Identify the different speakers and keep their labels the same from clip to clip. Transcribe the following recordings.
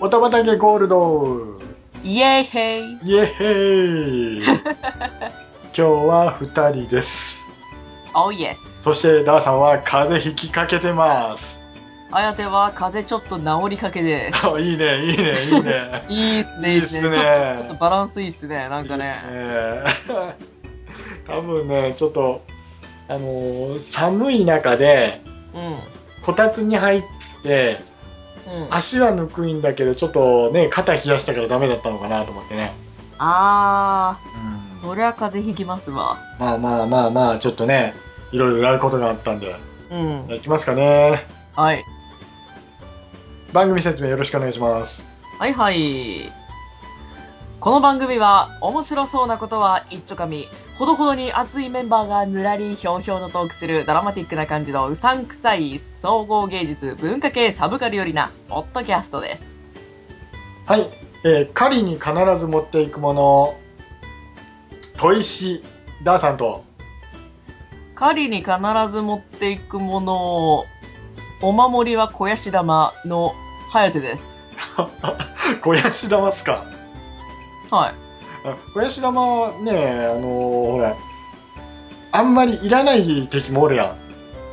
Speaker 1: おたまたけゴールド
Speaker 2: イエーイヘイ
Speaker 1: イエーイ 今日は2人です
Speaker 2: おーイエス
Speaker 1: そしてダーさんは風邪ひきかけてます
Speaker 2: あやては風邪ちょっと治りかけ です。
Speaker 1: あいいねいいねいいね
Speaker 2: いいっすね、
Speaker 1: い
Speaker 2: い
Speaker 1: い
Speaker 2: い
Speaker 1: っ
Speaker 2: っ
Speaker 1: す
Speaker 2: す
Speaker 1: ね
Speaker 2: ね。ちょっとちょっとバランスいいっすね、なんかね。
Speaker 1: いいっすね 多分ねちょっとあのー寒い中でこたつに入って
Speaker 2: うん。うん。
Speaker 1: 足はぬくいんだけどちょっとね肩冷やしたからダメだったのかなと思ってね、
Speaker 2: あ
Speaker 1: うん
Speaker 2: ー、そりゃ風邪ひきますわ。
Speaker 1: まあまあまあまあちょっとねいろいろやることがあったんで
Speaker 2: うん。
Speaker 1: いきますかね
Speaker 2: はい。
Speaker 1: 番組説明よろしくお願いします
Speaker 2: はいはい。この番組は、面白そうなことは一丁かみ、ほどほどに熱いメンバーがぬらりひょうひょうとトークするドラマティックな感じのうさんくさい総合芸術文化系サブカルよりな、ポッドキャストです。
Speaker 1: はい、えー狩りに必ず持っていくもの砥石ダーさんと
Speaker 2: 狩りに必ず持っていくものを、お守りは肥やし玉の颯です。
Speaker 1: 小林玉っすか
Speaker 2: はい。
Speaker 1: あ小林玉ねあのーほらあんまりいらない敵もおるや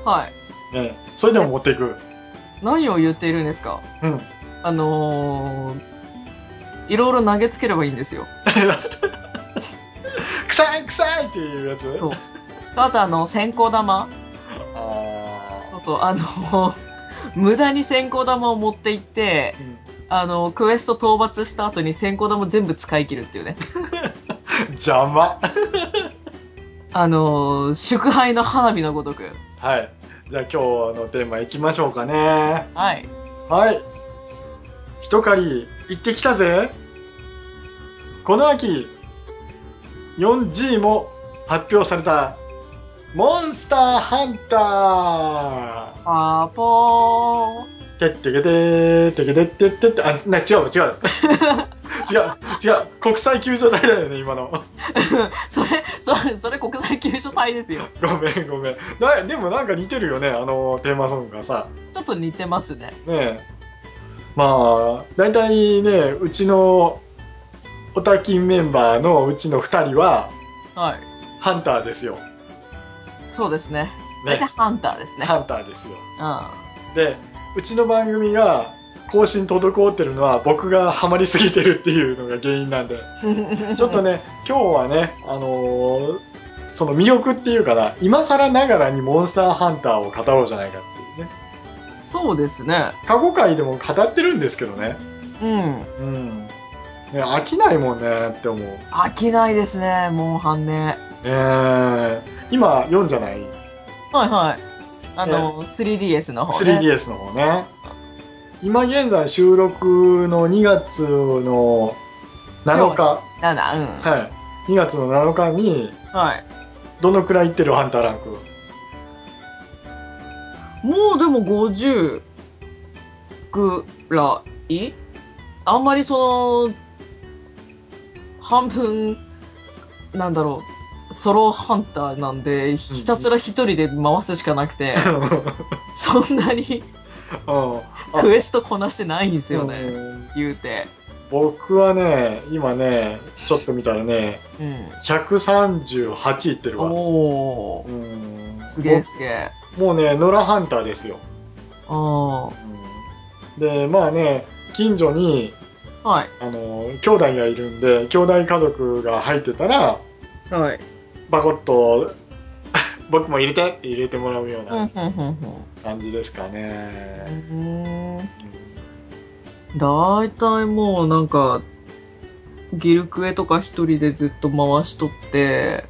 Speaker 2: はい。
Speaker 1: ん、ね、それでも持っていく
Speaker 2: 何を言っているんですか
Speaker 1: うん
Speaker 2: あのー、いろいろ投げつければいいんですよ。
Speaker 1: 臭い臭いっていうやつ
Speaker 2: そう。とあとあの、線香玉。
Speaker 1: あ
Speaker 2: そうそう、あの、 無駄に線香玉を持って行って、
Speaker 1: ー、
Speaker 2: あの、クエスト討伐した後に線香玉全部使い切るっていうね。
Speaker 1: 邪魔
Speaker 2: あの、祝杯の花火のごとく。
Speaker 1: はいじゃあ今日のテーマいきましょうかね
Speaker 2: はい。
Speaker 1: はい。一狩り行ってきたぜ。この秋、4G も発表された、モンスターハンタ
Speaker 2: あーぽー。
Speaker 1: ー。てってけててけてってってって、あ、な、違う、違う。違う、違う。国際救助隊だよね、今の。
Speaker 2: それ、それ、それ国際救助隊ですよ。
Speaker 1: ごめん、ごめん。なでもなんか似てるよね、あのテーマソングがさ。
Speaker 2: ちょっと似てますね。
Speaker 1: ねえまあ大体ねうちのオタキンメンバーのうちの2人は
Speaker 2: はい。
Speaker 1: ハンターですよ、
Speaker 2: そうですね。大体
Speaker 1: ね、
Speaker 2: ハンターですね。
Speaker 1: ハンターですよ
Speaker 2: う
Speaker 1: でうちの番組が更新滞ってるのは僕がハマりすぎてるっていうのが原因なんで
Speaker 2: ん。
Speaker 1: ちょっと
Speaker 2: ね。
Speaker 1: ね今日はねあのーその魅力っていうかな今更ながらにモンスターハンターを語ろうじゃないかっていうね
Speaker 2: そうですね。
Speaker 1: 過去回でも語ってるんですけどね
Speaker 2: うん。
Speaker 1: うん、ね、飽きないもんねって思う、ね
Speaker 2: 飽きないですね、モンハンね。
Speaker 1: え今4じゃない
Speaker 2: はいはい。あの、3DS の方ね。
Speaker 1: 3DS の方ね今現在収録の2月の7日、
Speaker 2: 7、うん。
Speaker 1: はい、2月の7日に
Speaker 2: はい。
Speaker 1: どのくらいいってるハンターラ ンク
Speaker 2: もうでも50ぐらいあんまりその、半分、なんだろう、ソロハンターなんで、ひたすら一人で回すしかなくて、そんなに
Speaker 1: うんあ
Speaker 2: クエストこなしてないんですよね、
Speaker 1: うん
Speaker 2: 言うて。
Speaker 1: 僕はね今ねちょっと見たらね
Speaker 2: うん。
Speaker 1: 138いってるわ
Speaker 2: お
Speaker 1: う
Speaker 2: ー、
Speaker 1: ん
Speaker 2: すげえすげえ。
Speaker 1: もうね野良ハンターですよ
Speaker 2: あー、
Speaker 1: でまあね近所に
Speaker 2: はい。
Speaker 1: あの兄弟がいるんで兄弟家族が入ってたら
Speaker 2: はい。
Speaker 1: バコッと 僕も入れてって入れてもらうよう
Speaker 2: うん、う、
Speaker 1: なん
Speaker 2: うん、
Speaker 1: 感じですか
Speaker 2: う
Speaker 1: ね、
Speaker 2: ん。うーん大体もうなんか、ギルクエとか一人でずっと回しとって、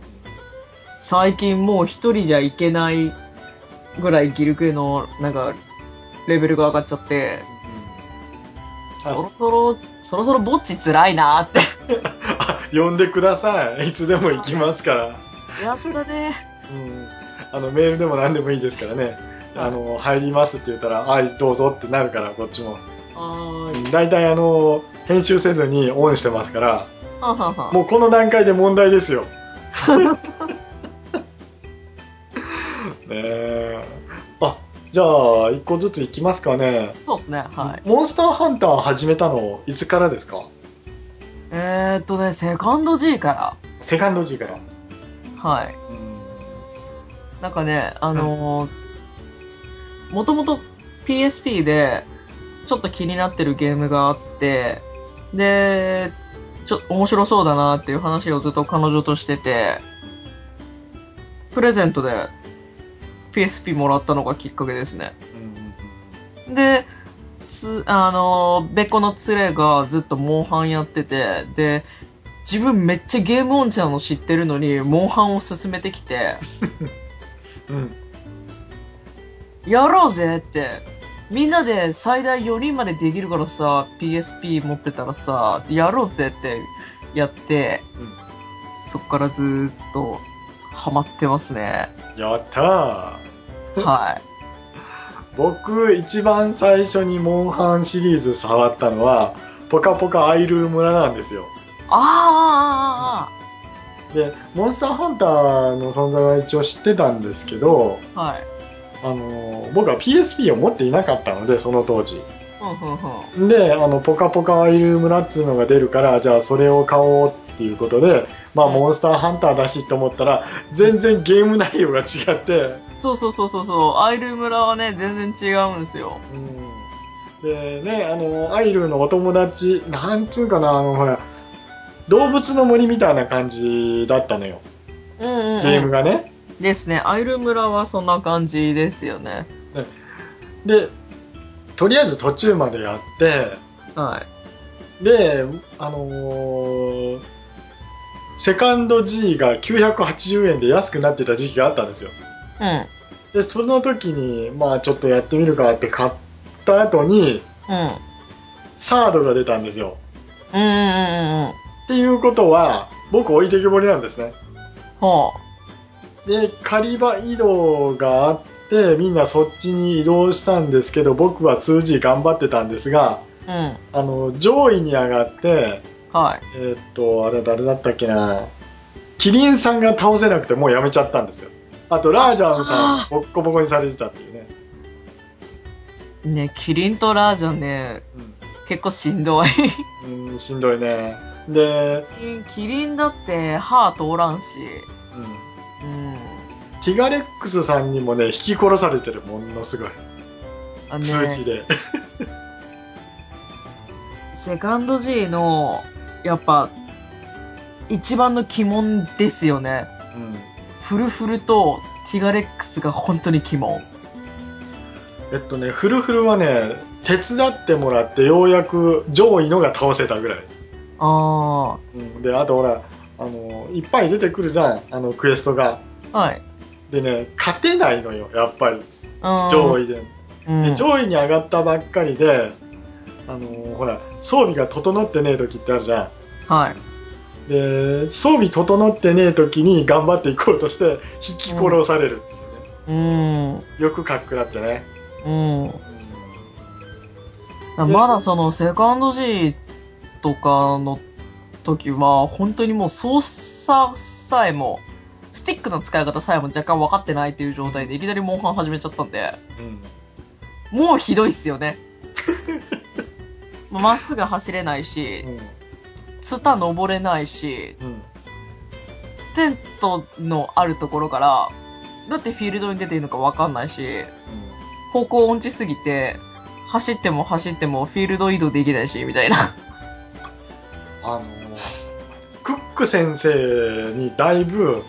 Speaker 2: 最近もう一人じゃいけないぐらいギルクエのなんか、レベルが上がっちゃって、そろそろ、そろそろぼっち辛いなーって。
Speaker 1: あ呼んでくださいいつでも行きますから、
Speaker 2: やったね。
Speaker 1: うん、あのメールでも何でもいいですからねあの入りますって言ったら「はいどうぞ」ってなるからこっちも
Speaker 2: はーい。
Speaker 1: 大体あの編集せずにオンしてますから
Speaker 2: はんはんはん
Speaker 1: もうこの段階で問題ですよ。ねえ。あ、じゃあ、一個ずついきますかね。
Speaker 2: そうですね、はい。
Speaker 1: モンスターハンター始めたの、いつからですか
Speaker 2: えーっとね、セカンド G か
Speaker 1: セカンド G から。
Speaker 2: ら。はい。なんかね、あのーもともと PSP で、ちょっと気になってるゲームがあって、で、ちょ、面白そうだなっていう話をずっと彼女としてて、プレゼントで PSP もらったのがきっかけですね。で、す、あのー、べっこの連れがずっとモンハンやってて、で、自分めっちゃゲームオンチなの知ってるのに、モンハンを進めてきて、
Speaker 1: うん。
Speaker 2: やろうぜって。みんなで最大4人までできるからさ、PSP 持ってたらさ、やろうぜってやって、
Speaker 1: うん
Speaker 2: そっからずーっとハマってますね。
Speaker 1: やったー。
Speaker 2: は
Speaker 1: 僕、一番最初にモンハンシリーズ触ったのは、ポカポカアイルー村なんですよ。
Speaker 2: い。あ
Speaker 1: で、モンスターハンターの存在は一応知ってたんですけど、
Speaker 2: ーあーあーはい。
Speaker 1: あのー僕は PSP を持っていなかったので、その当時。
Speaker 2: ふんふんふん。
Speaker 1: で、あの、ポカポカアイル村っていうのが出るから、じゃあそれを買おうっていうことで、まあ、
Speaker 2: うん
Speaker 1: モンスターハンターだしと思ったら、全然ゲーム内容が違って、
Speaker 2: そうそうそうそうそう。アイル村はね、全然違うんですよ。
Speaker 1: でね、あの、アイルのお友達、なんつうかな、あの、ほら、動物の森みたいな感じだったのよ、
Speaker 2: うんうん、うん。
Speaker 1: ゲームがね。
Speaker 2: ですね。アイル村はそんな感じですよね。
Speaker 1: で、とりあえず途中までやって、
Speaker 2: はい。
Speaker 1: で、あのーセカンド G が980円で安くなってた時期があったんですよ。
Speaker 2: うん。
Speaker 1: で、その時に、まあちょっとやってみるかって買った後に、
Speaker 2: うん。
Speaker 1: サードが出たんですよ。
Speaker 2: うんうんうんうん。
Speaker 1: っていうことは、僕置いてきぼりなんですね。
Speaker 2: ほ
Speaker 1: で、狩場移動があって、みんなそっちに移動したんですけど、僕は 2G 頑張ってたんですが、
Speaker 2: う。うん。
Speaker 1: あの、上位に上がって、
Speaker 2: はい。
Speaker 1: えーっと、あれ誰だったっけな。キリンさんが倒せなくてもうやめちゃったんですよ。あと、ラージャンさん
Speaker 2: あ、
Speaker 1: ボッコボコにされてたっていうね。
Speaker 2: ね、キリンとラージャンね、結構しんどい。
Speaker 1: うん、しんどいね。で、
Speaker 2: キリンだって歯通らんし。
Speaker 1: うん
Speaker 2: うん。
Speaker 1: ティガレックスさんにもね、引き殺されてる、ものすごい。
Speaker 2: あの
Speaker 1: 数字
Speaker 2: ね、
Speaker 1: で。
Speaker 2: セカンド G の、やっぱ、一番の鬼門ですよね。
Speaker 1: うん
Speaker 2: フルフルとティガレックスが本当に鬼門。
Speaker 1: えっとね、フルフルはね、手伝ってもらってようやく上位のが倒せたぐらい。
Speaker 2: あ
Speaker 1: うん、で、あとほら、あの、いっぱい出てくるじゃん、あの、クエストが。
Speaker 2: あ。はい。
Speaker 1: でね、勝てないのよ、やっぱり。
Speaker 2: うん
Speaker 1: 上位で。
Speaker 2: うん
Speaker 1: で、上位に上がったばっかりで、あの、ほら、装備が整ってねえ時ってあるじゃ
Speaker 2: はい。
Speaker 1: ん。で、装備整ってねえ時に頑張っていこうとして、引き殺されるっていうね。
Speaker 2: うん。うん。
Speaker 1: よくかっくらってね。
Speaker 2: だからまだそのセカンド G とかの時は、本当にもう操作さえも、スティックの使い方さえも若干分かってないっていう状態で、いきなりモンハン始めちゃったんで、
Speaker 1: うん
Speaker 2: もうひどいっすよ ね。まっすぐ走れないし、ツタ登れないし、
Speaker 1: うん。うん。
Speaker 2: テントのあるところから、だってフィールドに出ていいのか分かんないし、方向音痴すぎて、走っても走ってもフィールド移動できないし、みたいな。
Speaker 1: あのクック先生にだいぶ
Speaker 2: う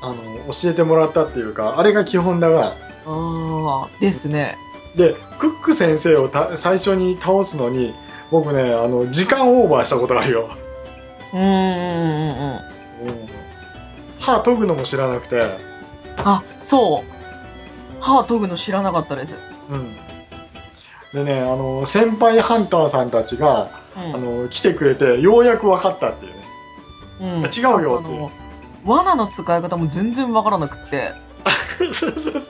Speaker 1: あの教えてもらったっていうかあれが基本だが
Speaker 2: ん。ああ、ですね。
Speaker 1: でクック先生をた最初に倒すのに僕ねあの時間オーバーしたことあるよ、
Speaker 2: うーんうんうんうん。
Speaker 1: 歯研ぐのも知らなくて、
Speaker 2: あ、そう。歯研ぐの知らなかったです。
Speaker 1: うん、でねあの先輩ハンターさんたちが、
Speaker 2: う
Speaker 1: あ
Speaker 2: ん。
Speaker 1: の来てくれてようやく分かったっていうね
Speaker 2: うん、
Speaker 1: 違うよって
Speaker 2: あの罠の使い方も全然わからなく って。
Speaker 1: そう そうそう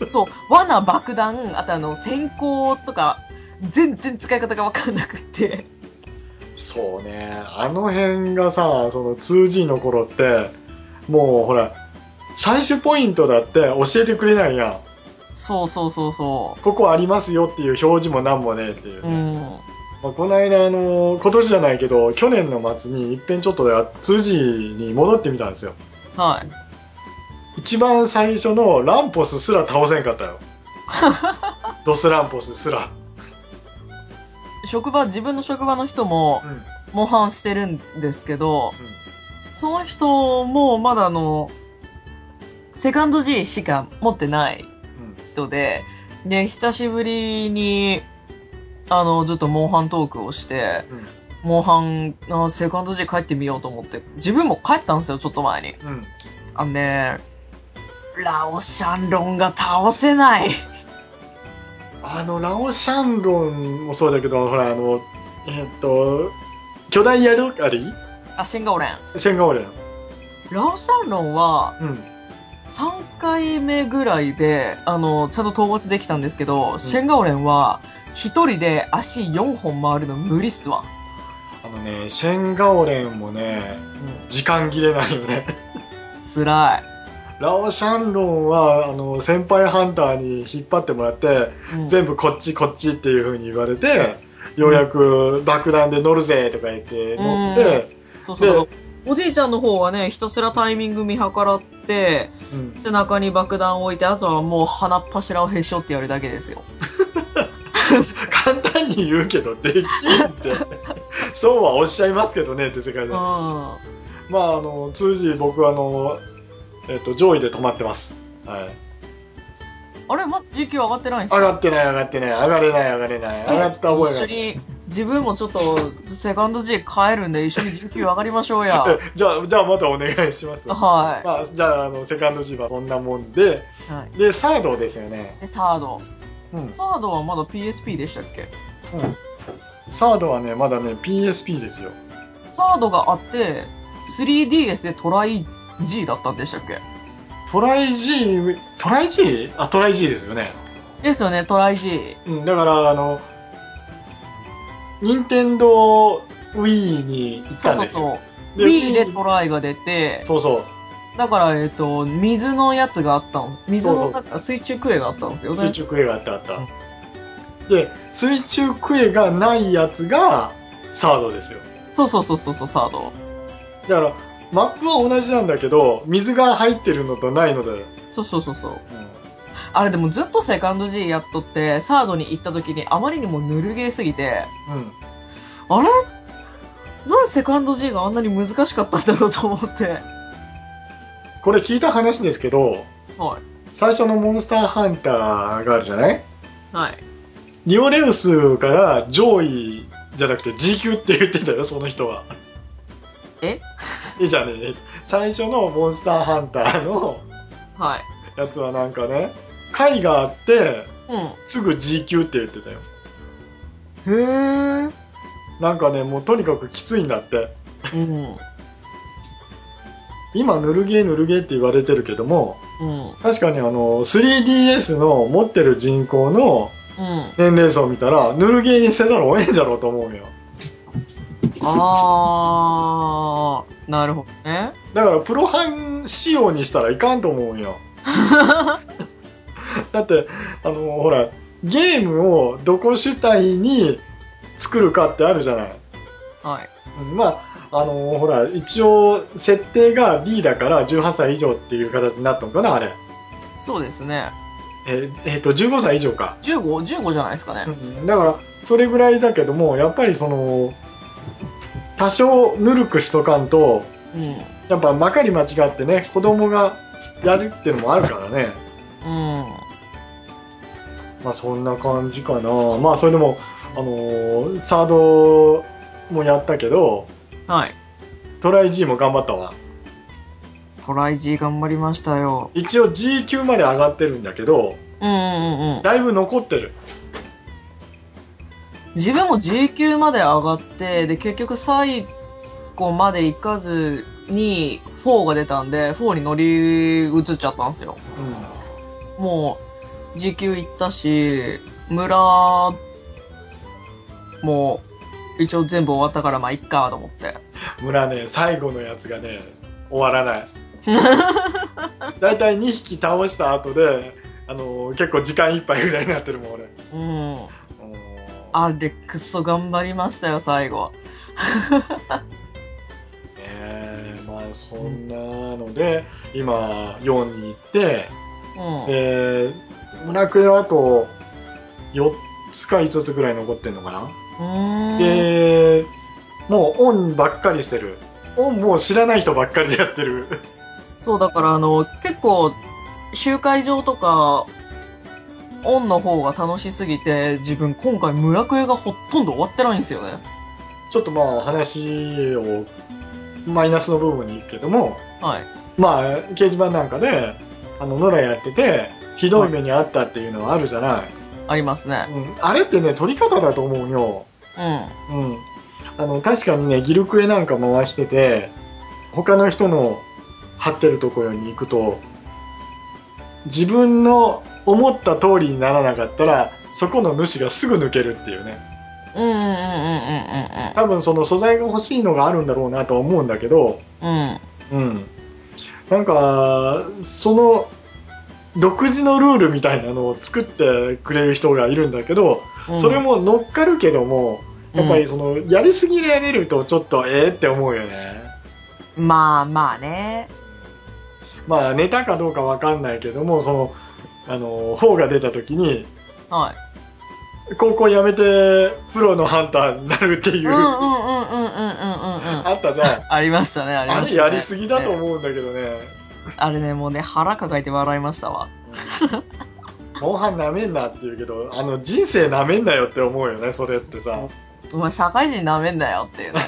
Speaker 1: そう
Speaker 2: そう、罠、爆弾、あとあの、先行とか、全然使い方がわからなくって。
Speaker 1: そうねあの辺がさその 2G の頃ってもうほら最終ポイントだって教えてくれないやん
Speaker 2: そうそうそうそ
Speaker 1: ここありますよっていう表示もなんもねえっていう
Speaker 2: う。
Speaker 1: ね、
Speaker 2: うん。
Speaker 1: まあ、この間、あのー今年じゃないけど去年の末にいっぺんちょっとや辻に戻ってみたんですよ
Speaker 2: はい。
Speaker 1: 一番最初のランポスすら倒せんかった よドスランポスすら、
Speaker 2: 職場、自分の職場の人も
Speaker 1: うんうん
Speaker 2: 模範してるんですけど、その人もまだあの、セカンド G しか持ってない人で、で、久しぶりに、あの、ちょっとモンハントークをして、
Speaker 1: うん
Speaker 2: モンハン、あセカンド G 帰ってみようと思って、自分も帰ったんですよ、ちょっと前に。
Speaker 1: うんうん
Speaker 2: あのね、ラオシャンロンが倒 せない。
Speaker 1: あのラオシャンロンもそうだけどほらあのえっと巨大ヤルカリ
Speaker 2: あ、シンガオレン。
Speaker 1: シェンガオレン
Speaker 2: ラオシャンロンは、
Speaker 1: うん
Speaker 2: 3回目ぐらいで、あの、ちゃんと討伐できたんですけど、シェンガオレンは、一人で足4本回るの無理っすわ。
Speaker 1: あのねシェンガオレンもね
Speaker 2: うん
Speaker 1: 時間切れないよね
Speaker 2: 辛
Speaker 1: ラオシャンロンはあの先輩ハンターに引っ張ってもらって
Speaker 2: い。うん
Speaker 1: 全部こっちこっちっていう風に言われて、ようやく爆弾で乗るぜとか言って乗って、
Speaker 2: そうそうだから。おじいちゃんの方はね、ひたすらタイミング見計らって、
Speaker 1: うん
Speaker 2: 背中に爆弾を置いて、あとはもう鼻っ柱をへし折ってやるだけですよ。
Speaker 1: 簡単に言うけどできん ってそうはおっしゃいますけどねって世界
Speaker 2: う
Speaker 1: で、
Speaker 2: ん。は
Speaker 1: まああの通じ僕はあの、えっと、上位で止まってます、はい、
Speaker 2: あれまだ時給上がってないんです
Speaker 1: 上
Speaker 2: か
Speaker 1: がってない上がってない上がれない上がれない上がった覚えが
Speaker 2: 一緒に、自分もちょっと、セカンド G 変えるんで、一緒に時給上がりまし ょうや。
Speaker 1: えじゃあじゃあまたお願いします、
Speaker 2: は
Speaker 1: まあ、じゃああのセカンド G はそんなもんで
Speaker 2: い。はい。
Speaker 1: でサードですよね、
Speaker 2: で、サード。
Speaker 1: うん
Speaker 2: サードはまだ PSP でしたっけ
Speaker 1: サードはねまだね PSP ですよ
Speaker 2: サードがあって、3DS でトライ G だったんでしたっけ
Speaker 1: トライ G トライ G? あトライ G ですよね
Speaker 2: ですよね、トライ G。
Speaker 1: うんだからあの任天堂 Wii に行った
Speaker 2: そう
Speaker 1: ん
Speaker 2: そう
Speaker 1: です
Speaker 2: そ
Speaker 1: よ
Speaker 2: う。Wii でトライが出て、
Speaker 1: そうそ
Speaker 2: だから、えっ、と、水のやつがあったん、水の
Speaker 1: そうそう
Speaker 2: なんか水中クエがあったんですよ
Speaker 1: う
Speaker 2: ね。
Speaker 1: 水中クエがあったあった、
Speaker 2: うん
Speaker 1: で水中クエがないやつがサードですよ
Speaker 2: そうそうそうそうそう、サード。
Speaker 1: だからマップは同じなんだけど水が入ってるのとないので、
Speaker 2: そうそうそうそう。あれでもずっとセカンド G やっとって、サードに行った時にあまりにもぬるゲーすぎて、
Speaker 1: うんうん
Speaker 2: あれなんでセカンド G があんなに難しかったんだろうと思って。
Speaker 1: これ聞いた話ですけど
Speaker 2: は
Speaker 1: 最初のモンスターハンターがあるじゃない
Speaker 2: い。はい。
Speaker 1: リオレウスから上位じゃなくて G 級って言ってたよその人は
Speaker 2: え
Speaker 1: えじゃねえ最初のモンスターハンターの
Speaker 2: はい。
Speaker 1: やつはなんかね回があって
Speaker 2: う
Speaker 1: すぐ G 級って言ってたよ
Speaker 2: ん。へえ。
Speaker 1: なんかねもうとにかくきついんだって
Speaker 2: うん。
Speaker 1: 今ぬるゲーぬるゲーって言われてるけども
Speaker 2: うん。
Speaker 1: 確かにあの 3DS の持ってる人口の
Speaker 2: うん。
Speaker 1: 年齢層を見たらぬるゲーにせざるを得んじゃろうと思うよ
Speaker 2: あー、なるほどね。
Speaker 1: だからプロ版仕様にしたらいかんと思うん よだってあのほらゲームをどこ主体に作るかってあるじゃない
Speaker 2: はい。
Speaker 1: うんまああのほら一応設定が D だから18歳以上っていう形になったのかなあれ
Speaker 2: そうですね。
Speaker 1: えっ、えーと15歳以上か、
Speaker 2: 15?15 15じゃないですかね。
Speaker 1: うんだからそれぐらいだけどもやっぱりその多少ぬるくしとかんと
Speaker 2: う
Speaker 1: やっぱまかり間違ってね子供がやるっていうのもあるからね
Speaker 2: ん。うん。
Speaker 1: まあそんな感じかなまあそれでもあのーサードもやったけど
Speaker 2: はい。
Speaker 1: トライ G も頑張ったわ
Speaker 2: トライ G 頑張りましたよ。
Speaker 1: 一応 G 級まで上がってるんだけど
Speaker 2: うんうんうんうん。
Speaker 1: だいぶ残ってる
Speaker 2: 自分も G 級まで上がって、で、結局最後まで行かずに4が出たんで、4に乗り移っちゃったんですよ。
Speaker 1: う
Speaker 2: もう、時給行ったし、村も、一応全部終わったから、まあ、いっか、と思って。
Speaker 1: ん村ね最後のやつがね終わらないだいたい2匹倒した後であのー結構時間いっぱいぐらいになってるもん俺
Speaker 2: うん。
Speaker 1: うん
Speaker 2: あれ、くっそ頑張りましたよ、最後。
Speaker 1: ねえまあそんなので今4に行って
Speaker 2: うん。
Speaker 1: で村くあと4つか5つぐらい残ってんのかな、
Speaker 2: うーん。
Speaker 1: でもうオンばっかりしてるオンもう知らない人ばっかりでやってる
Speaker 2: そう、だからあの、結構、集会場とか、オンの方が楽しすぎて、自分今回村クエがほとんど終わってないんですよね。
Speaker 1: ちょっとまあ話をマイナスの部分に行くけども
Speaker 2: はい。
Speaker 1: まあ掲示板なんかであの野良やっててひどい目にあったっていうのはあるじゃない、
Speaker 2: ありますね。
Speaker 1: うん、あれってね取り方だと思うよ
Speaker 2: うん。
Speaker 1: うん、あの確かにねギルクエなんか回してて他の人の張ってるところに行くと自分の思った通りにならなかったらそこの主がすぐ抜けるっていうね
Speaker 2: うんうんうんうん
Speaker 1: 多分その素材が欲しいのがあるんだろうなとは思うんだけど、
Speaker 2: うんうん。うん。
Speaker 1: うん、なんかその独自のルールみたいなのを作ってくれる人がいるんだけど、
Speaker 2: うん
Speaker 1: それ、も乗っかるけども、やっぱりその、やりすぎられるとちょっとええって思うよね。
Speaker 2: うんまあまあね。
Speaker 1: まあネタかどうかわかんないけども、その、あの、方が出た時に、
Speaker 2: は
Speaker 1: 高校辞めてプロのハンターになるって
Speaker 2: い。
Speaker 1: い
Speaker 2: うん
Speaker 1: う、
Speaker 2: うんうんうんうんうん
Speaker 1: あ
Speaker 2: うん。
Speaker 1: ったじゃん。
Speaker 2: ありましたね、あり
Speaker 1: あ
Speaker 2: ま
Speaker 1: れ
Speaker 2: した、ね。
Speaker 1: やりすぎだと
Speaker 2: ね
Speaker 1: 思うんだけどね。
Speaker 2: あれね、もうね、腹抱えて笑いましたわ。
Speaker 1: 後半なめんなって言うけど、あの人生なめんなよって思うよね、それってさ。
Speaker 2: お前、社会人なめんだよっていうね。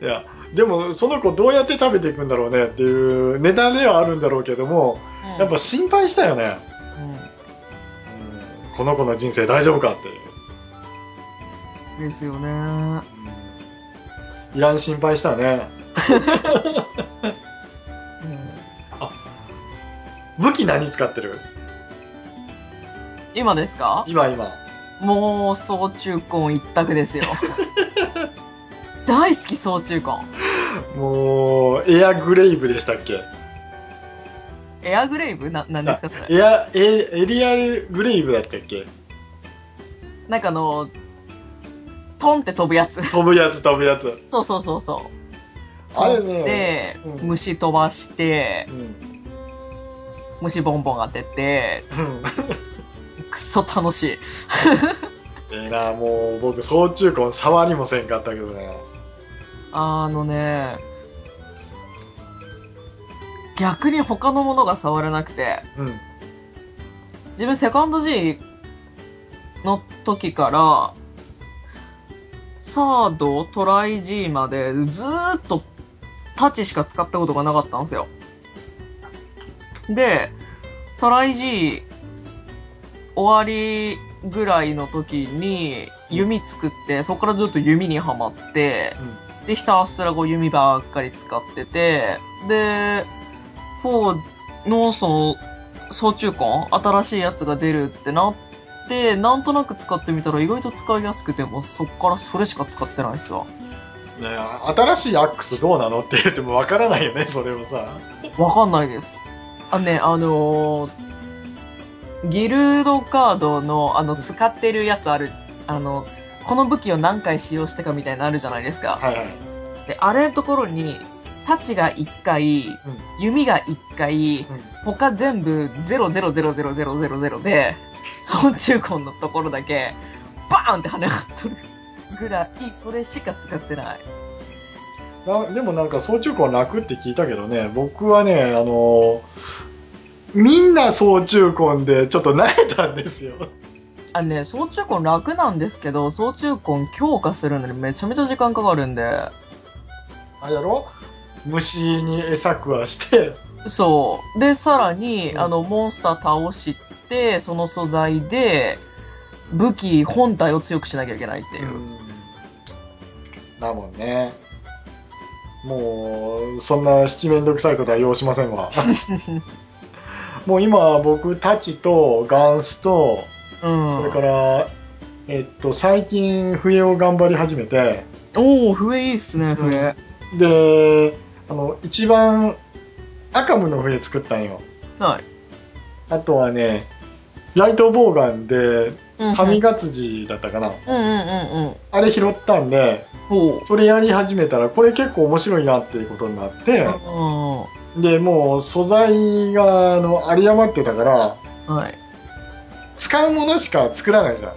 Speaker 1: いや、でもその子どうやって食べていくんだろうねっていうネタではあるんだろうけども、
Speaker 2: うん
Speaker 1: やっぱ、心配したよね。
Speaker 2: う
Speaker 1: この子の人生大丈夫かっていう、
Speaker 2: ん。ですよね。
Speaker 1: いらん心配したね
Speaker 2: うん
Speaker 1: 武器何使ってる
Speaker 2: 今ですか
Speaker 1: 今今
Speaker 2: もう、総中婚一 択ですよ。大好き、総中婚。
Speaker 1: もうエアグレイブでしたっけ
Speaker 2: エアグレイブな、何ですかそれ。
Speaker 1: エアエエリアルグレイブだったっけ
Speaker 2: なんかあの、トンって飛ぶやつ。
Speaker 1: 飛ぶやつ飛ぶやつ、
Speaker 2: そうそうそうそう。
Speaker 1: あれね
Speaker 2: 飛んで、
Speaker 1: うん
Speaker 2: 虫飛ばして
Speaker 1: う、ん、
Speaker 2: 虫ボンボン当てて、くそ楽しい。
Speaker 1: ええなもう僕総中婚触りもせんかったけどね
Speaker 2: あのね、逆に他のものが触れなくて、
Speaker 1: うん
Speaker 2: 自分セカンド G の時から、サード、トライ G までずーっとタッチしか使ったことがなかったんですよ。で、トライ G 終わりぐらいの時に弓作って、そこからずっと弓にはまって、で、ひたすらこう弓ばっかり使ってて、で、4のその、総中間新しいやつが出るってなって、なんとなく使ってみたら意外と使いやすくて、もうそっからそれしか使ってないっすわ。
Speaker 1: うんねえ新しいアックスどうなのって言ってもわからないよねそれもさ
Speaker 2: わかんないです。あ、ね、あのー、ギルドカードの、あの、使ってるやつある、あの、この武器を何回使用したかみたいなのあるじゃないですか。
Speaker 1: はいはい
Speaker 2: で、あれのところに、太刀が1回、弓が1回、他全部0000000で、総中婚のところだけ、バーンって跳ね上がっとるぐらい、それしか使ってない。
Speaker 1: なでもなんか総中婚楽って聞いたけどね僕はねあのーみんな総中婚でちょっと慣れたんですよ
Speaker 2: あのね、総中婚楽なんですけど、総中婚強化するのにめちゃめちゃ時間かかるんで、
Speaker 1: あやろ虫に餌食わして
Speaker 2: そう。で、さらに、
Speaker 1: うん
Speaker 2: あの、モンスター倒して、その素材で、武器本体を強くしなきゃいけないっていう。
Speaker 1: だもんねもうそんな七面倒くさいことは要しません わもう今僕たちとガンスと
Speaker 2: うん。
Speaker 1: それから、えっと最近笛を頑張り始めて
Speaker 2: おー、笛いいっすね、笛。
Speaker 1: であの一番アカムの笛作ったんよ。
Speaker 2: はい。
Speaker 1: あとはね、ライトボウガンで、
Speaker 2: うんうん
Speaker 1: 神勝地だったかな。
Speaker 2: うんうんうんうん。
Speaker 1: あれ拾ったんで、
Speaker 2: ほう。
Speaker 1: それやり始めたら、これ結構面白いなっていうことになって、
Speaker 2: あ
Speaker 1: で、もう素材が、あの、有り余ってたから、
Speaker 2: あ。はい。
Speaker 1: 使うものしか作らないじゃ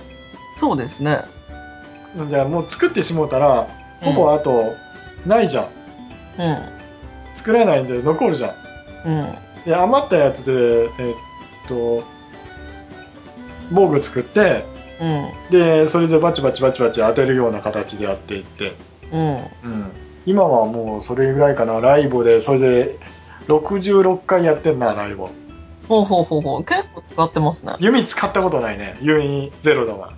Speaker 2: そうですね。
Speaker 1: ん。じゃあもう作ってしもうたら、ほ
Speaker 2: う
Speaker 1: ぼ
Speaker 2: ん
Speaker 1: あと、ないじゃん。作らないんで残るじゃん。
Speaker 2: うん。うん。
Speaker 1: で余ったやつでえっと防具作って
Speaker 2: うん。
Speaker 1: でそれでバチバチバチバチ当てるような形でやっていって、
Speaker 2: うん。
Speaker 1: 今はもうそれぐらいかなライボでそれで66回やってんなライボ
Speaker 2: ほうほうほうほう。結構使ってますね。
Speaker 1: 弓使ったことないね弓ゼロだわ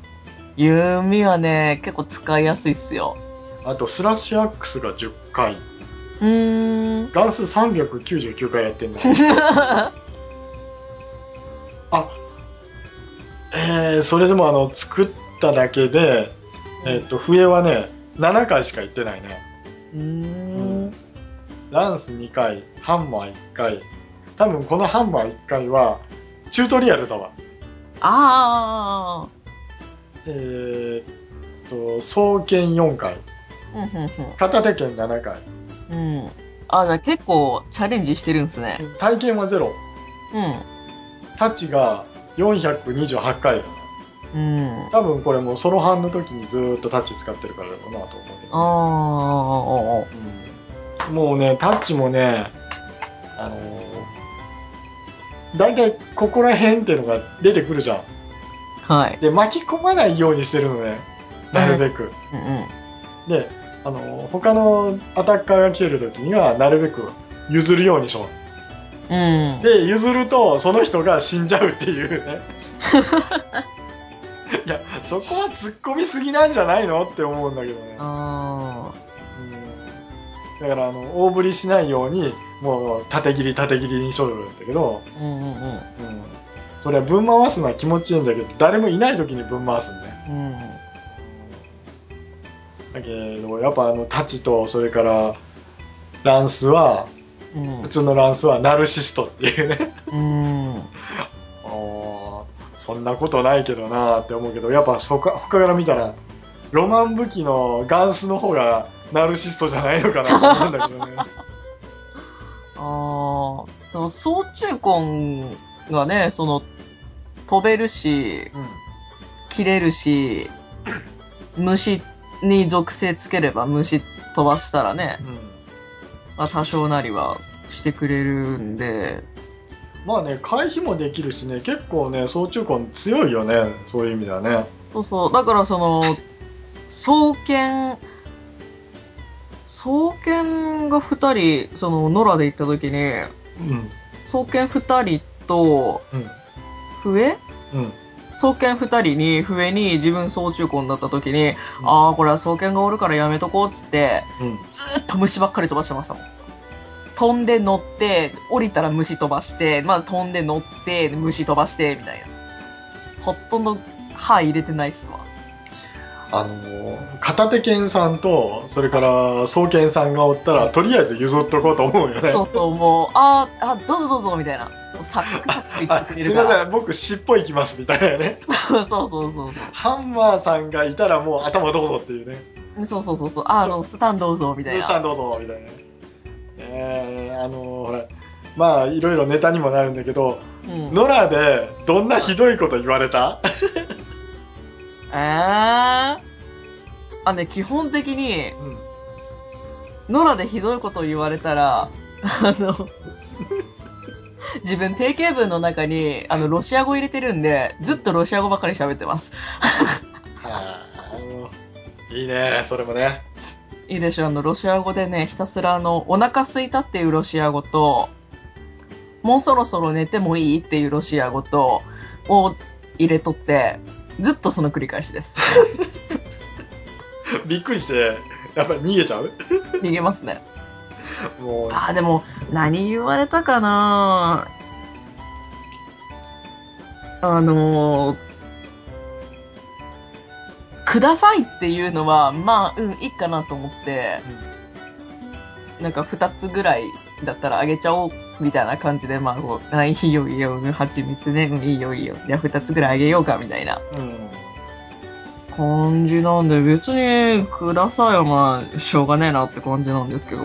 Speaker 2: 弓はね、結構使いやすいっすよ。
Speaker 1: あとスラッシュアックスが10回
Speaker 2: うーん。
Speaker 1: ガンス399回やってんだあえー、それでもあの作っただけで、 えっと笛はね7回しか行ってないね
Speaker 2: うーん。
Speaker 1: ランス2回、ハンマー1回。多分このハンマー1回は、チュートリアルだわ。
Speaker 2: ああ。
Speaker 1: えーっと、双剣4回、
Speaker 2: うんうん
Speaker 1: 片手剣7回、
Speaker 2: うん。うん。あ、じゃあ結構チャレンジしてるんですね。
Speaker 1: 体験は0、太刀が428回。
Speaker 2: うん。うん。
Speaker 1: 多分これもうソロ版の時にずーっとタッチ使ってるからだろうなと思うけ
Speaker 2: あ
Speaker 1: ど。
Speaker 2: あ。
Speaker 1: うんもうね、タッチもね、あのー、だいたいここら辺っていうのが出てくるじゃん。
Speaker 2: はい。
Speaker 1: で、巻き込まないようにしてるのね。なるべく。
Speaker 2: うんうん。
Speaker 1: であの他のアタッカーが来てる時にはなるべく譲るようにしよ
Speaker 2: うん
Speaker 1: う。で譲るとその人が死んじゃうっていう ねいやそこは突っ込みすぎなんじゃないのって思うんだけどね、
Speaker 2: あ
Speaker 1: うんだからあの大振りしないようにもう縦切り縦切りにしとるんだけど、
Speaker 2: あ。うんうんうん。
Speaker 1: うんそれはぶん回すのは気持ちいいんだけど誰もいない時にぶん回すんね
Speaker 2: うん。
Speaker 1: だけどやっぱあの太刀とそれからランスは
Speaker 2: うん
Speaker 1: 普。通のランスはナルシストっていうね
Speaker 2: うん。
Speaker 1: おーそんなことないけどなーって思うけどやっぱそか他から見たらロマン武器のガンスの方がナルシストじゃないのかなと思うんだけどね
Speaker 2: ああ。でも、総中根がね、その、飛べるし、切れるし、虫に属性つければ虫飛ばしたらね、
Speaker 1: うん、うん、
Speaker 2: まあ、多少なりはしてくれるんで、
Speaker 1: まあね回避もできるしね結構ね総中根強いよねそういう意味ではね
Speaker 2: そうそう。だからその、双剣、双剣が二人、その、野良で行った時に、
Speaker 1: うん
Speaker 2: 双剣二人と、
Speaker 1: う
Speaker 2: 笛
Speaker 1: んうん
Speaker 2: 双剣二人に、笛に自分総中根だった時に、ああ、これは双剣がおるからやめとこうっつって、
Speaker 1: うん
Speaker 2: ずーっと虫ばっかり飛ばしてましたもん。飛んで乗って、降りたら虫飛ばして、まあ飛んで乗って、虫飛ばして、みたいな。ほとんど歯入れてないっすわ。
Speaker 1: あのー片手剣さんとそれから双剣さんがおったらとりあえず譲っとこうと思うよね
Speaker 2: そうそう、もう、あーあ、どうぞどうぞ、みたいな。もうサックサック言っ
Speaker 1: あ
Speaker 2: てくれ
Speaker 1: す
Speaker 2: る
Speaker 1: い
Speaker 2: か
Speaker 1: ま
Speaker 2: ら。
Speaker 1: せん僕尻尾行きますみたいなね
Speaker 2: そうそうそうそう。
Speaker 1: ハンマーさんがいたらもう頭どうぞっていうね。
Speaker 2: そうそうそうそう。あーあの、スタンどうぞ、みたい
Speaker 1: ルー
Speaker 2: な。
Speaker 1: さんどうぞみたいな。えー、あのーほら、まあいろいろネタにもなるんだけど、
Speaker 2: うん。
Speaker 1: 野良でどんなひどいこと言われた
Speaker 2: えー。あ、ね、基本的に、
Speaker 1: うん
Speaker 2: 野良でひどいことを言われたら、あの、自分定型文の中に、あの、ロシア語入れてるんで、ずっとロシア語ばっかり喋ってます。
Speaker 1: あーいいね、それもね。
Speaker 2: いいでしょう、あの、ロシア語でね、ひたすらあの、お腹すいたっていうロシア語と、もうそろそろ寝てもいいっていうロシア語と、を入れとって、ずっとその繰り返しです。
Speaker 1: びっくりして、やっぱり逃げちゃう
Speaker 2: 逃げますね。
Speaker 1: もう、
Speaker 2: ああ、でも、何言われたかなあのーくださいっていうのは、まあ、うん、いいかなと思って、なんか二つぐらいだったらあげちゃおう、みたいな感じで、まあ、こう、あ、いいよいいよ、うん蜂蜜ね、うんいいよいいよ、じゃあ二つぐらいあげようか、みたいな
Speaker 1: うん。
Speaker 2: 感じなんで、別に、くださいはまあ、しょうがねえなって感じなんですけど。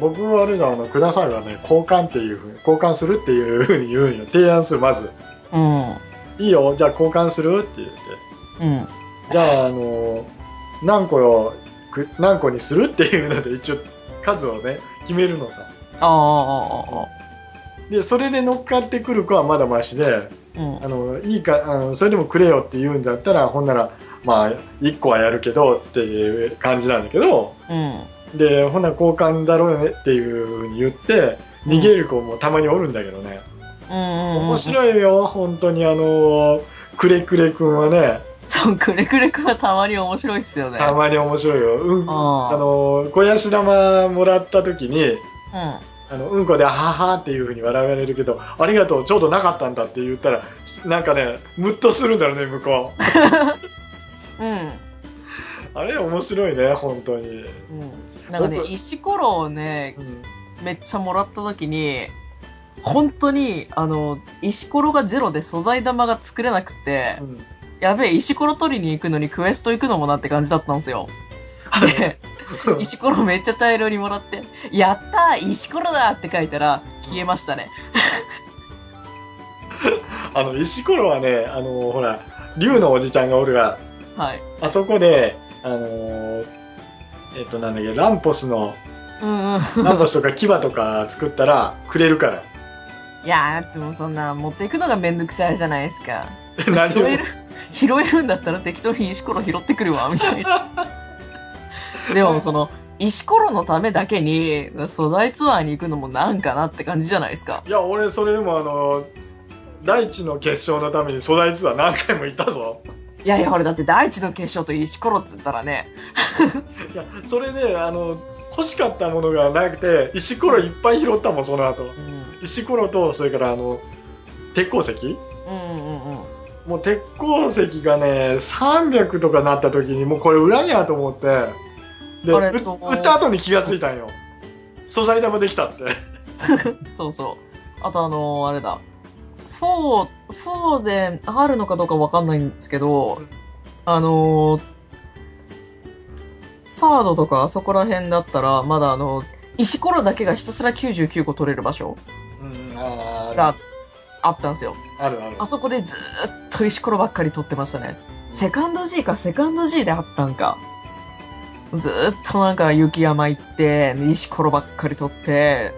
Speaker 1: 僕はあれだ、あの、くださいはね、交換っていうふうに、交換するっていうふうに言うんよ。提案する、まず。
Speaker 2: うん、うん。
Speaker 1: いいよ、じゃあ交換するって言って。じゃあ、あの、何個よ、く何個にするっていうので、一応、数をね、決めるのさ。
Speaker 2: ああ、ああ、あ
Speaker 1: で、それで乗っかってくる子はまだマシで、
Speaker 2: あ、うん
Speaker 1: あ。の、いいか、あの、それでもくれよって言うんだったら、ほんなら、まあ、1個はやるけどっていう感じなんだけど、
Speaker 2: うん。
Speaker 1: で、ほんなら交換だろうねっていうふうに言って、逃げる子もたまにおるんだけどね。
Speaker 2: うん。
Speaker 1: 面
Speaker 2: い。
Speaker 1: 白いよ、本当にあの、くれくれくんはね、
Speaker 2: そう、くれくれくんはたまに面白いっすよね。
Speaker 1: たまに面白いよ。うん、
Speaker 2: あ
Speaker 1: あ
Speaker 2: ー
Speaker 1: の、肥やし玉もらった時に、あのうんこで「はは」っていうふうに笑われるけど「ありがとうちょうどなかったんだ」って言ったらなんかねムッとするんだろうね向こう
Speaker 2: うん。うん。
Speaker 1: あれ面白いね本当に、
Speaker 2: うん、なんかね
Speaker 1: 僕
Speaker 2: 石ころをね
Speaker 1: うん、
Speaker 2: めっちゃもらった時に本当にあの石ころがゼロで素材玉が作れなくて、 やべえ石ころ取りに行くのにクエスト行くのもなって感じだったんですよで石ころめっちゃ大量にもらって「やったー石ころだ!」って書いたら消えましたね
Speaker 1: あの石ころはねあのほら竜のおじちゃんがおるが
Speaker 2: はい
Speaker 1: あそこであのーえっとなんだっけランポスの
Speaker 2: うんうん
Speaker 1: ランポスとか牙とか作ったらくれるから
Speaker 2: いやーでもそんな持っていくのがめんどくさいじゃないですか
Speaker 1: 何
Speaker 2: 拾え
Speaker 1: を
Speaker 2: る 拾えるんだったら適当に石ころ拾ってくるわみたいなでもその石ころのためだけに素材ツアーに行くのもなんかなって感じじゃないですか
Speaker 1: いや俺それでもあの大地の結晶のために素材ツアー何回も行ったぞ
Speaker 2: いやいやほれだって大地の結晶と石ころっつったらね
Speaker 1: いやそれであの欲しかったものがなくて石ころいっぱい拾ったもんその後
Speaker 2: うん
Speaker 1: 石ころとそれからあの鉄鉱石
Speaker 2: うんうんうん
Speaker 1: もう鉄鉱石がね300とかなった時にもうこれ裏やと思ってで
Speaker 2: あれ
Speaker 1: う
Speaker 2: と思う
Speaker 1: 売った後に気がついたんよ素材玉できたって
Speaker 2: そうそうあとあのーあれだ4 4であるのかどうかわかんないんですけどあのーサードとかあそこら辺だったらまだあの石ころだけがひたすら99個取れる場所
Speaker 1: うんあーあ
Speaker 2: が
Speaker 1: る
Speaker 2: あったんですよ。
Speaker 1: あるある
Speaker 2: あそこでずーっと石ころばっかり取ってましたね。セカンド G かセカンド G であったんか。ずーっとなんか雪山行って、石ころばっかり取って、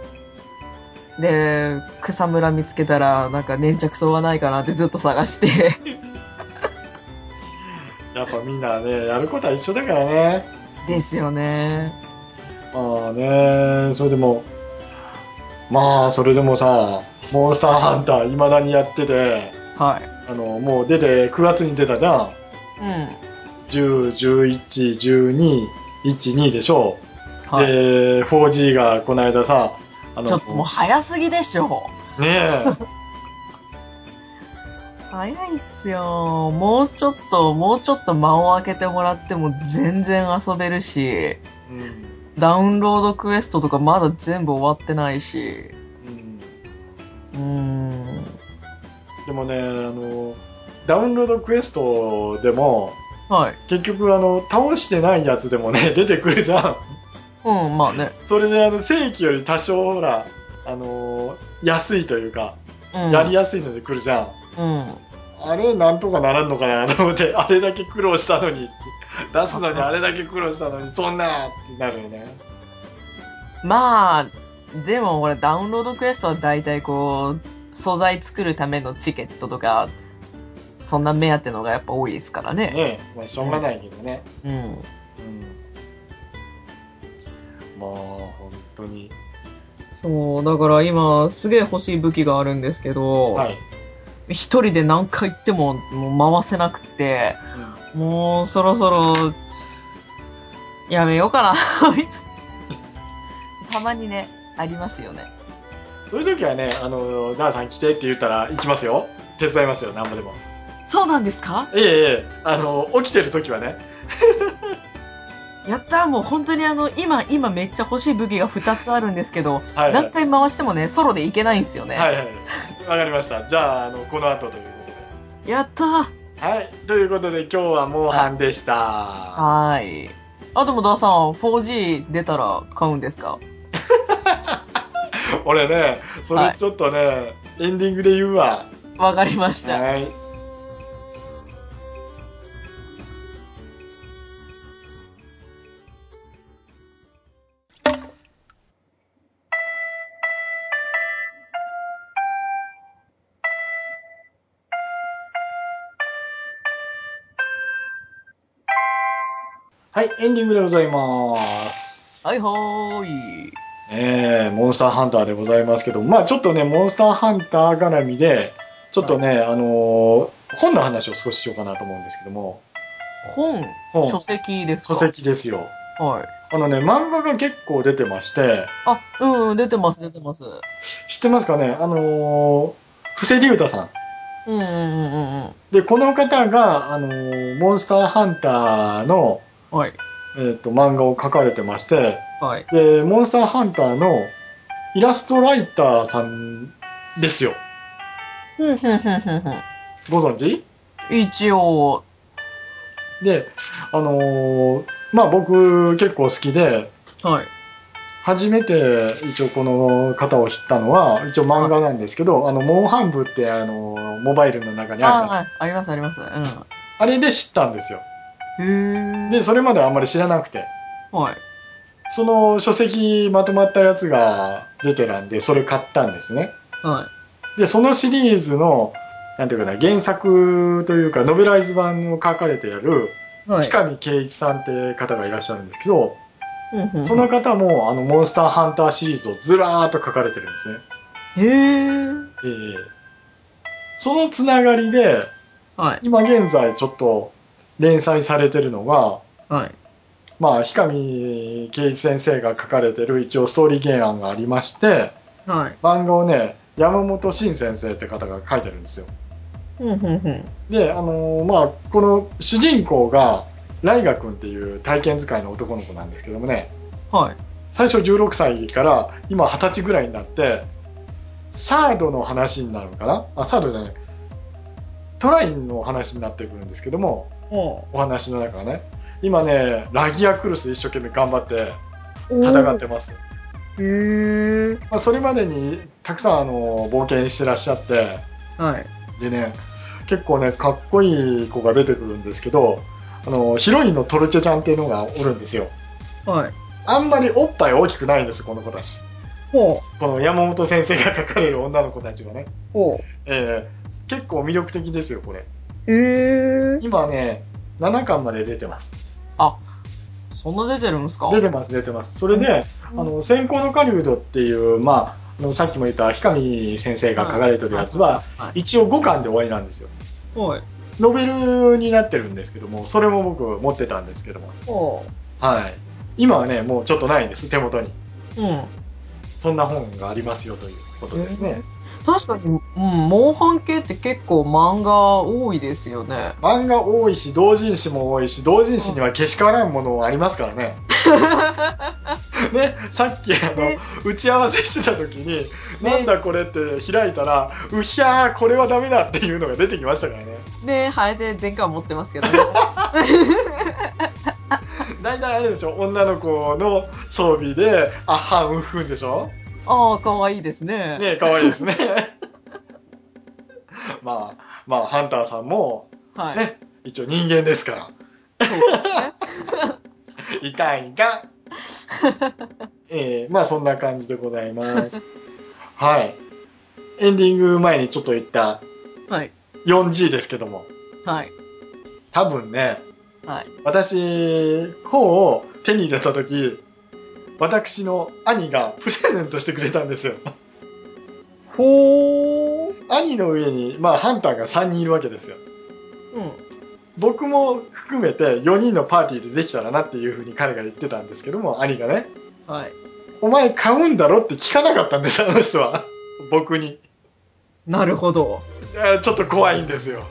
Speaker 2: で、草むら見つけたら、なんか粘着草がないかなってずっと探して。
Speaker 1: やっぱみんなねやることは一緒だからね
Speaker 2: ですよね。
Speaker 1: まあね、それでも、まあ、それでもさ、モンスターハンター、いまだにやってて、
Speaker 2: はい。
Speaker 1: あの、もう出て、9月に出たじゃん。
Speaker 2: うん。
Speaker 1: 10、11、12、12でしょ。
Speaker 2: はい。
Speaker 1: で、4G がこの間さ、あの、
Speaker 2: ちょっともう早すぎでしょ。
Speaker 1: ね
Speaker 2: 早いっすよ。もうちょっと、もうちょっと間を空けてもらっても全然遊べるし。
Speaker 1: え、うん
Speaker 2: ダウンロードクエストとかまだ全部終わってないし。
Speaker 1: うん
Speaker 2: うーん。
Speaker 1: でもね、あの、ダウンロードクエストでも、
Speaker 2: はい。
Speaker 1: 結局、あの、倒してないやつでもね、出てくるじゃん。
Speaker 2: うん、まあね。
Speaker 1: それであの正規より多少ほら、あのー安いというか、
Speaker 2: うん。
Speaker 1: やりやすいので来るじゃん、
Speaker 2: うん。
Speaker 1: あれなんとかならんのかなと思って あれだけ苦労したのに出すのにあれだけ苦労したのにそんなってなるよね
Speaker 2: まあ、でも俺ダウンロードクエストは大体こう、素材作るためのチケットとか、そんな目当てのがやっぱ多いですからね。
Speaker 1: ねえ、まあ、しょうがないけどね、
Speaker 2: うん。
Speaker 1: うん、まあ本当に
Speaker 2: そう、だから今すげえ欲しい武器があるんですけど、
Speaker 1: はい、
Speaker 2: 一人で何回行ってももう回せなくて、もうそろそろ、やめようかな、 みたいなたまにね、ありますよね。
Speaker 1: そういう時はねあのダーさん来てって言ったら行きますよ手伝いますよなんぼでも
Speaker 2: そうなんですか
Speaker 1: ええええあの起きてる時はね
Speaker 2: やったーもう本当にあの、今、今めっちゃ欲しい武器が2つあるんですけど、
Speaker 1: はいはい
Speaker 2: 何回回してもね、ソロでいけないんですよね。
Speaker 1: はいはいわかりましたじゃああのこの後ということで
Speaker 2: やったー
Speaker 1: はいということで今日はモンハンでした
Speaker 2: はーい。あともダーさん、4G 出たら買うんですか
Speaker 1: 俺ねそれちょっとね、エンディングで言うわ
Speaker 2: わかりました。
Speaker 1: はいはい、エンディングでございます。
Speaker 2: はいはーい。
Speaker 1: ねえモンスターハンターでございますけど、まあちょっとね、モンスターハンター絡みで、ちょっとね、あのー本の話を少ししようかなと思うんですけども、
Speaker 2: 本、
Speaker 1: 本
Speaker 2: 書籍ですか
Speaker 1: 書。籍ですよ。
Speaker 2: はい。
Speaker 1: あのね、漫画が結構出てまして、
Speaker 2: あ、うんうん、出てます、出てます。う
Speaker 1: 知ってますかねあのー布施龍太さん。
Speaker 2: んうんうんうんうん。
Speaker 1: で、この方が、あのーモンスターハンターの、
Speaker 2: はい。
Speaker 1: えっ、と、漫画を描かれてまして、
Speaker 2: はい。
Speaker 1: で、モンスターハンターのイラストライターさんですよ。
Speaker 2: ふんふんふんふんふん。
Speaker 1: ご存知
Speaker 2: 一応、
Speaker 1: で、あのーまあ僕結構好きで、
Speaker 2: はい。
Speaker 1: 初めて一応この方を知ったのは、一応漫画なんですけど、あの、モンハンブってあのーモバイルの中にあるじゃ
Speaker 2: あ、
Speaker 1: ん
Speaker 2: はい。あります、あります。うん。
Speaker 1: あれで知ったんですよ。
Speaker 2: へー
Speaker 1: で、それまではあんまり知らなくて。
Speaker 2: はい。
Speaker 1: その書籍まとまったやつが出てたんで、それ買ったんですね。
Speaker 2: は
Speaker 1: で、そのシリーズの、なんていうかな、原作というか、ノベライズ版を書かれてやる、
Speaker 2: い。はい
Speaker 1: 氷。上圭一さんって方がいらっしゃるんですけど、
Speaker 2: ふ んふんふん
Speaker 1: その方も、あの、モンスターハンターシリーズをずらーっと書かれてるんですね。
Speaker 2: へー
Speaker 1: ええそのつながりで、
Speaker 2: はい。
Speaker 1: 今現在ちょっと連載されてるのが、
Speaker 2: はい。
Speaker 1: まあ、氷上圭一先生が書かれてる一応ストーリー原案がありまして、
Speaker 2: はい。
Speaker 1: 漫画をね、山本慎先生って方が書いてるんですよ。
Speaker 2: ふんふんふん。
Speaker 1: で、あのーまあ、この主人公が、ライガ君っていう体験使いの男の子なんですけどもね、
Speaker 2: はい。
Speaker 1: 最初16歳から今20歳ぐらいになってサードの話になるのかなあサードじゃないトラインの話になってくるんですけども
Speaker 2: お
Speaker 1: お話の中はね今ねラギアクルス一生懸命頑張って
Speaker 2: ー
Speaker 1: 戦ってます、
Speaker 2: へー
Speaker 1: まあ、それまでにたくさんあの冒険してらっしゃって
Speaker 2: はい。
Speaker 1: でね結構ねかっこいい子が出てくるんですけどあのヒロインのトルチェちゃんっていうのがおるんですよ
Speaker 2: はい。
Speaker 1: あんまりおっぱい大きくないんですこの子たち
Speaker 2: ほ
Speaker 1: この山本先生が書かれる女の子たちはね、
Speaker 2: う。ほ
Speaker 1: えー結構魅力的ですよ、これ。
Speaker 2: う。へー
Speaker 1: 今ね、7巻まで出てます。
Speaker 2: そんな出てるんですか
Speaker 1: 出てます、出てます。それで、
Speaker 2: うん
Speaker 1: あの、先行の狩人っていう、まあ、あのさっきも言った氷上先生が書かれてるやつは、
Speaker 2: は
Speaker 1: 一応5巻で終わりなんですよ。
Speaker 2: い。はい。
Speaker 1: ノベルになってるんですけども、それも僕持ってたんですけども。
Speaker 2: ほ
Speaker 1: はい。今はね、もうちょっとないんです、手元に。
Speaker 2: う。うん。
Speaker 1: そんな本がありますよということですね。
Speaker 2: 確かに、うん、モンハン系って結構漫画多いですよね。
Speaker 1: 漫画多いし同人誌も多いし同人誌にはけしからんものありますから ね。ねさっきあの
Speaker 2: ね
Speaker 1: 打ち合わせしてた時に、
Speaker 2: ね
Speaker 1: なんだこれって開いたらうひゃーこれはダメだっていうのが出てきましたからね。
Speaker 2: で、生えて前回は持ってますけど、
Speaker 1: 大体あれでしょ女の子の装備であはんうふんでしょ
Speaker 2: ああ、可愛いですね。
Speaker 1: ね可愛いです ね。まあまあハンターさんも
Speaker 2: はい。
Speaker 1: ね一応人間ですから。
Speaker 2: そうですね。
Speaker 1: 痛いが。えー、まあそんな感じでございます。はい。エンディング前にちょっと言った
Speaker 2: はい。
Speaker 1: 4G ですけども、
Speaker 2: はい。
Speaker 1: 多分ね、
Speaker 2: はい。
Speaker 1: 私、本を手に入れた時私の兄がプレゼントしてくれたんですよ。
Speaker 2: ほー。
Speaker 1: 兄の上に、まあハンターが3人いるわけですよ。
Speaker 2: うん。
Speaker 1: 僕も含めて4人のパーティーでできたらなっていうふうに彼が言ってたんですけども、兄がね、
Speaker 2: はい。
Speaker 1: お前買うんだろって聞かなかったんです、あの人は。僕に。
Speaker 2: なるほど。
Speaker 1: いやちょっと怖いんですよ。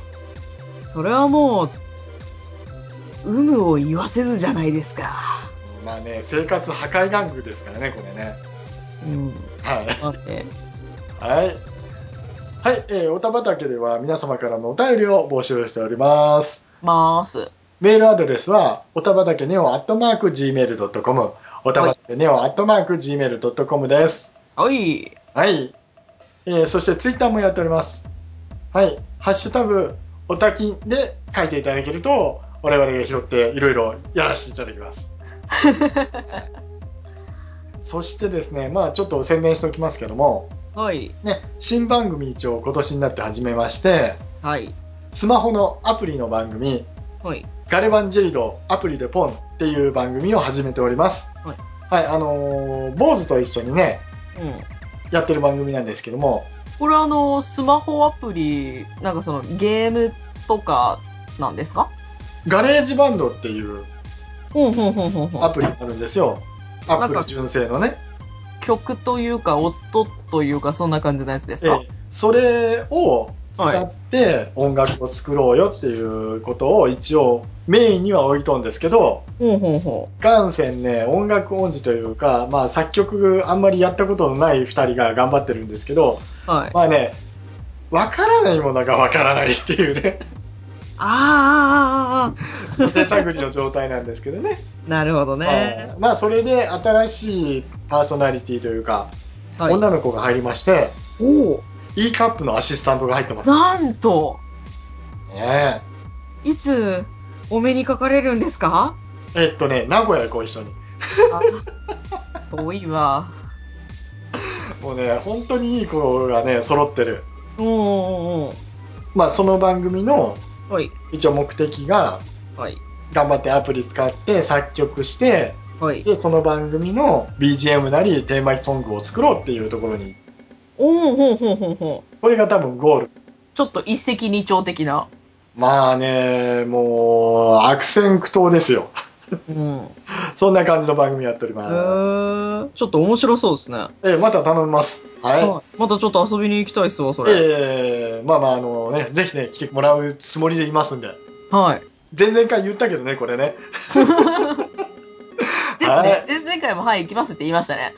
Speaker 2: それはもう、有無を言わせずじゃないですか。
Speaker 1: まあね生活破壊玩具ですからねこれね
Speaker 2: うん。
Speaker 1: はい
Speaker 2: だって、
Speaker 1: はい。はい、えー、おたばたけでは皆様からのお便りを募集しております。
Speaker 2: まーす。
Speaker 1: メールアドレスは、おたばたけネオアットマーク Gmail.com、おたばたけネオアットマーク Gmail.com です。
Speaker 2: はい。
Speaker 1: はい。えー、そしてツイッターもやっております。はい。ハッシュタグ、おたきんで書いていただけると、我々が拾っていろいろやらせていただき ます。はいそしてですね、まあちょっと宣伝しておきますけども、
Speaker 2: はい。
Speaker 1: ね、新番組一応今年になって始めまして、
Speaker 2: はい。
Speaker 1: スマホのアプリの番組、
Speaker 2: はい。
Speaker 1: ガレバンジェリドアプリでポンっていう番組を始めております。
Speaker 2: はい。
Speaker 1: はい、あのー、坊主と一緒にね、
Speaker 2: うん。
Speaker 1: やってる番組なんですけども、
Speaker 2: これあの、スマホアプリ、なんかそのゲームとかなんですか
Speaker 1: ガレージバンドっていう
Speaker 2: ほんほんほんほんほ
Speaker 1: ア
Speaker 2: ん。
Speaker 1: プリがあるんですよ。アップ
Speaker 2: なん
Speaker 1: ル
Speaker 2: か
Speaker 1: 純正のね。
Speaker 2: 曲というか、音というか、そんな感じのやつです
Speaker 1: え
Speaker 2: か、
Speaker 1: ーそれを使って音楽を作ろうよっていうことを一応メインには置いとんですけど、
Speaker 2: ほんほんほ
Speaker 1: 元先ね音楽音痴というか、まあ、作曲あんまりやったことのない2人が頑張ってるんですけど
Speaker 2: ん。はい。
Speaker 1: まあねわからないものがわからないっていう ね
Speaker 2: あーあーあーあ
Speaker 1: 手探りの状態なんですけどね、
Speaker 2: ーなるほどね。
Speaker 1: はいまあそれで新しいパーソナリティというか、
Speaker 2: はい。
Speaker 1: 女の子が入りまして
Speaker 2: おお
Speaker 1: E カップのアシスタントが入ってますね
Speaker 2: なんと、
Speaker 1: え
Speaker 2: いつ、お目にかかれるんですか
Speaker 1: えっとね名古屋へご一緒に
Speaker 2: あ遠いわ。
Speaker 1: もうね本当にいい子がね揃ってる
Speaker 2: おーおーお
Speaker 1: まあその番組の
Speaker 2: ーはい。
Speaker 1: 一応目的が
Speaker 2: はい。
Speaker 1: 頑張ってアプリ使って作曲して
Speaker 2: はい。
Speaker 1: でその番組の BGM なりテーマソングを作ろうっていうところに
Speaker 2: おおほんほんほんほん。
Speaker 1: これが多分ゴール
Speaker 2: ちょっと一石二鳥的な。
Speaker 1: まあねもう悪戦苦闘ですよ
Speaker 2: うん。へ
Speaker 1: そんな感じの番組やっておりま
Speaker 2: ーちょっと面白そうですね。
Speaker 1: す、ええまた頼みますは
Speaker 2: はいまたちょっと遊びに行きたいっすわ、そ
Speaker 1: い、
Speaker 2: れ。
Speaker 1: ええまあまああのねぜひね来てもらうつもりでいますんで
Speaker 2: はい。
Speaker 1: 前々回言ったけどねこれね
Speaker 2: です
Speaker 1: は
Speaker 2: ね
Speaker 1: い。
Speaker 2: 前々回もはい、行きますって言いましたね。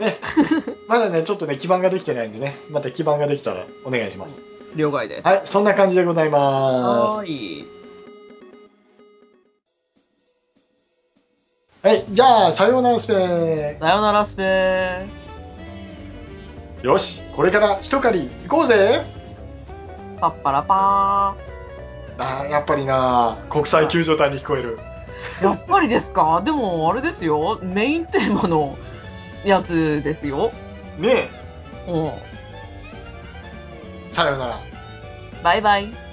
Speaker 1: まだねちょっとね基盤ができてないんでねまた基盤ができたらお願いします
Speaker 2: 了解です。
Speaker 1: はいそんな感じでございます
Speaker 2: はーい。
Speaker 1: はい、じゃあ、さようならスペ
Speaker 2: さよなら、スペー。
Speaker 1: よし、これから一狩り行こうぜ
Speaker 2: パッパラパ
Speaker 1: あーやっぱりな、国際救助隊に聞こえる。
Speaker 2: ー。やっぱりですかでも、あれですよ。メインテーマのやつですよ。
Speaker 1: ね
Speaker 2: うん。
Speaker 1: え、さようなら。
Speaker 2: バイバイ。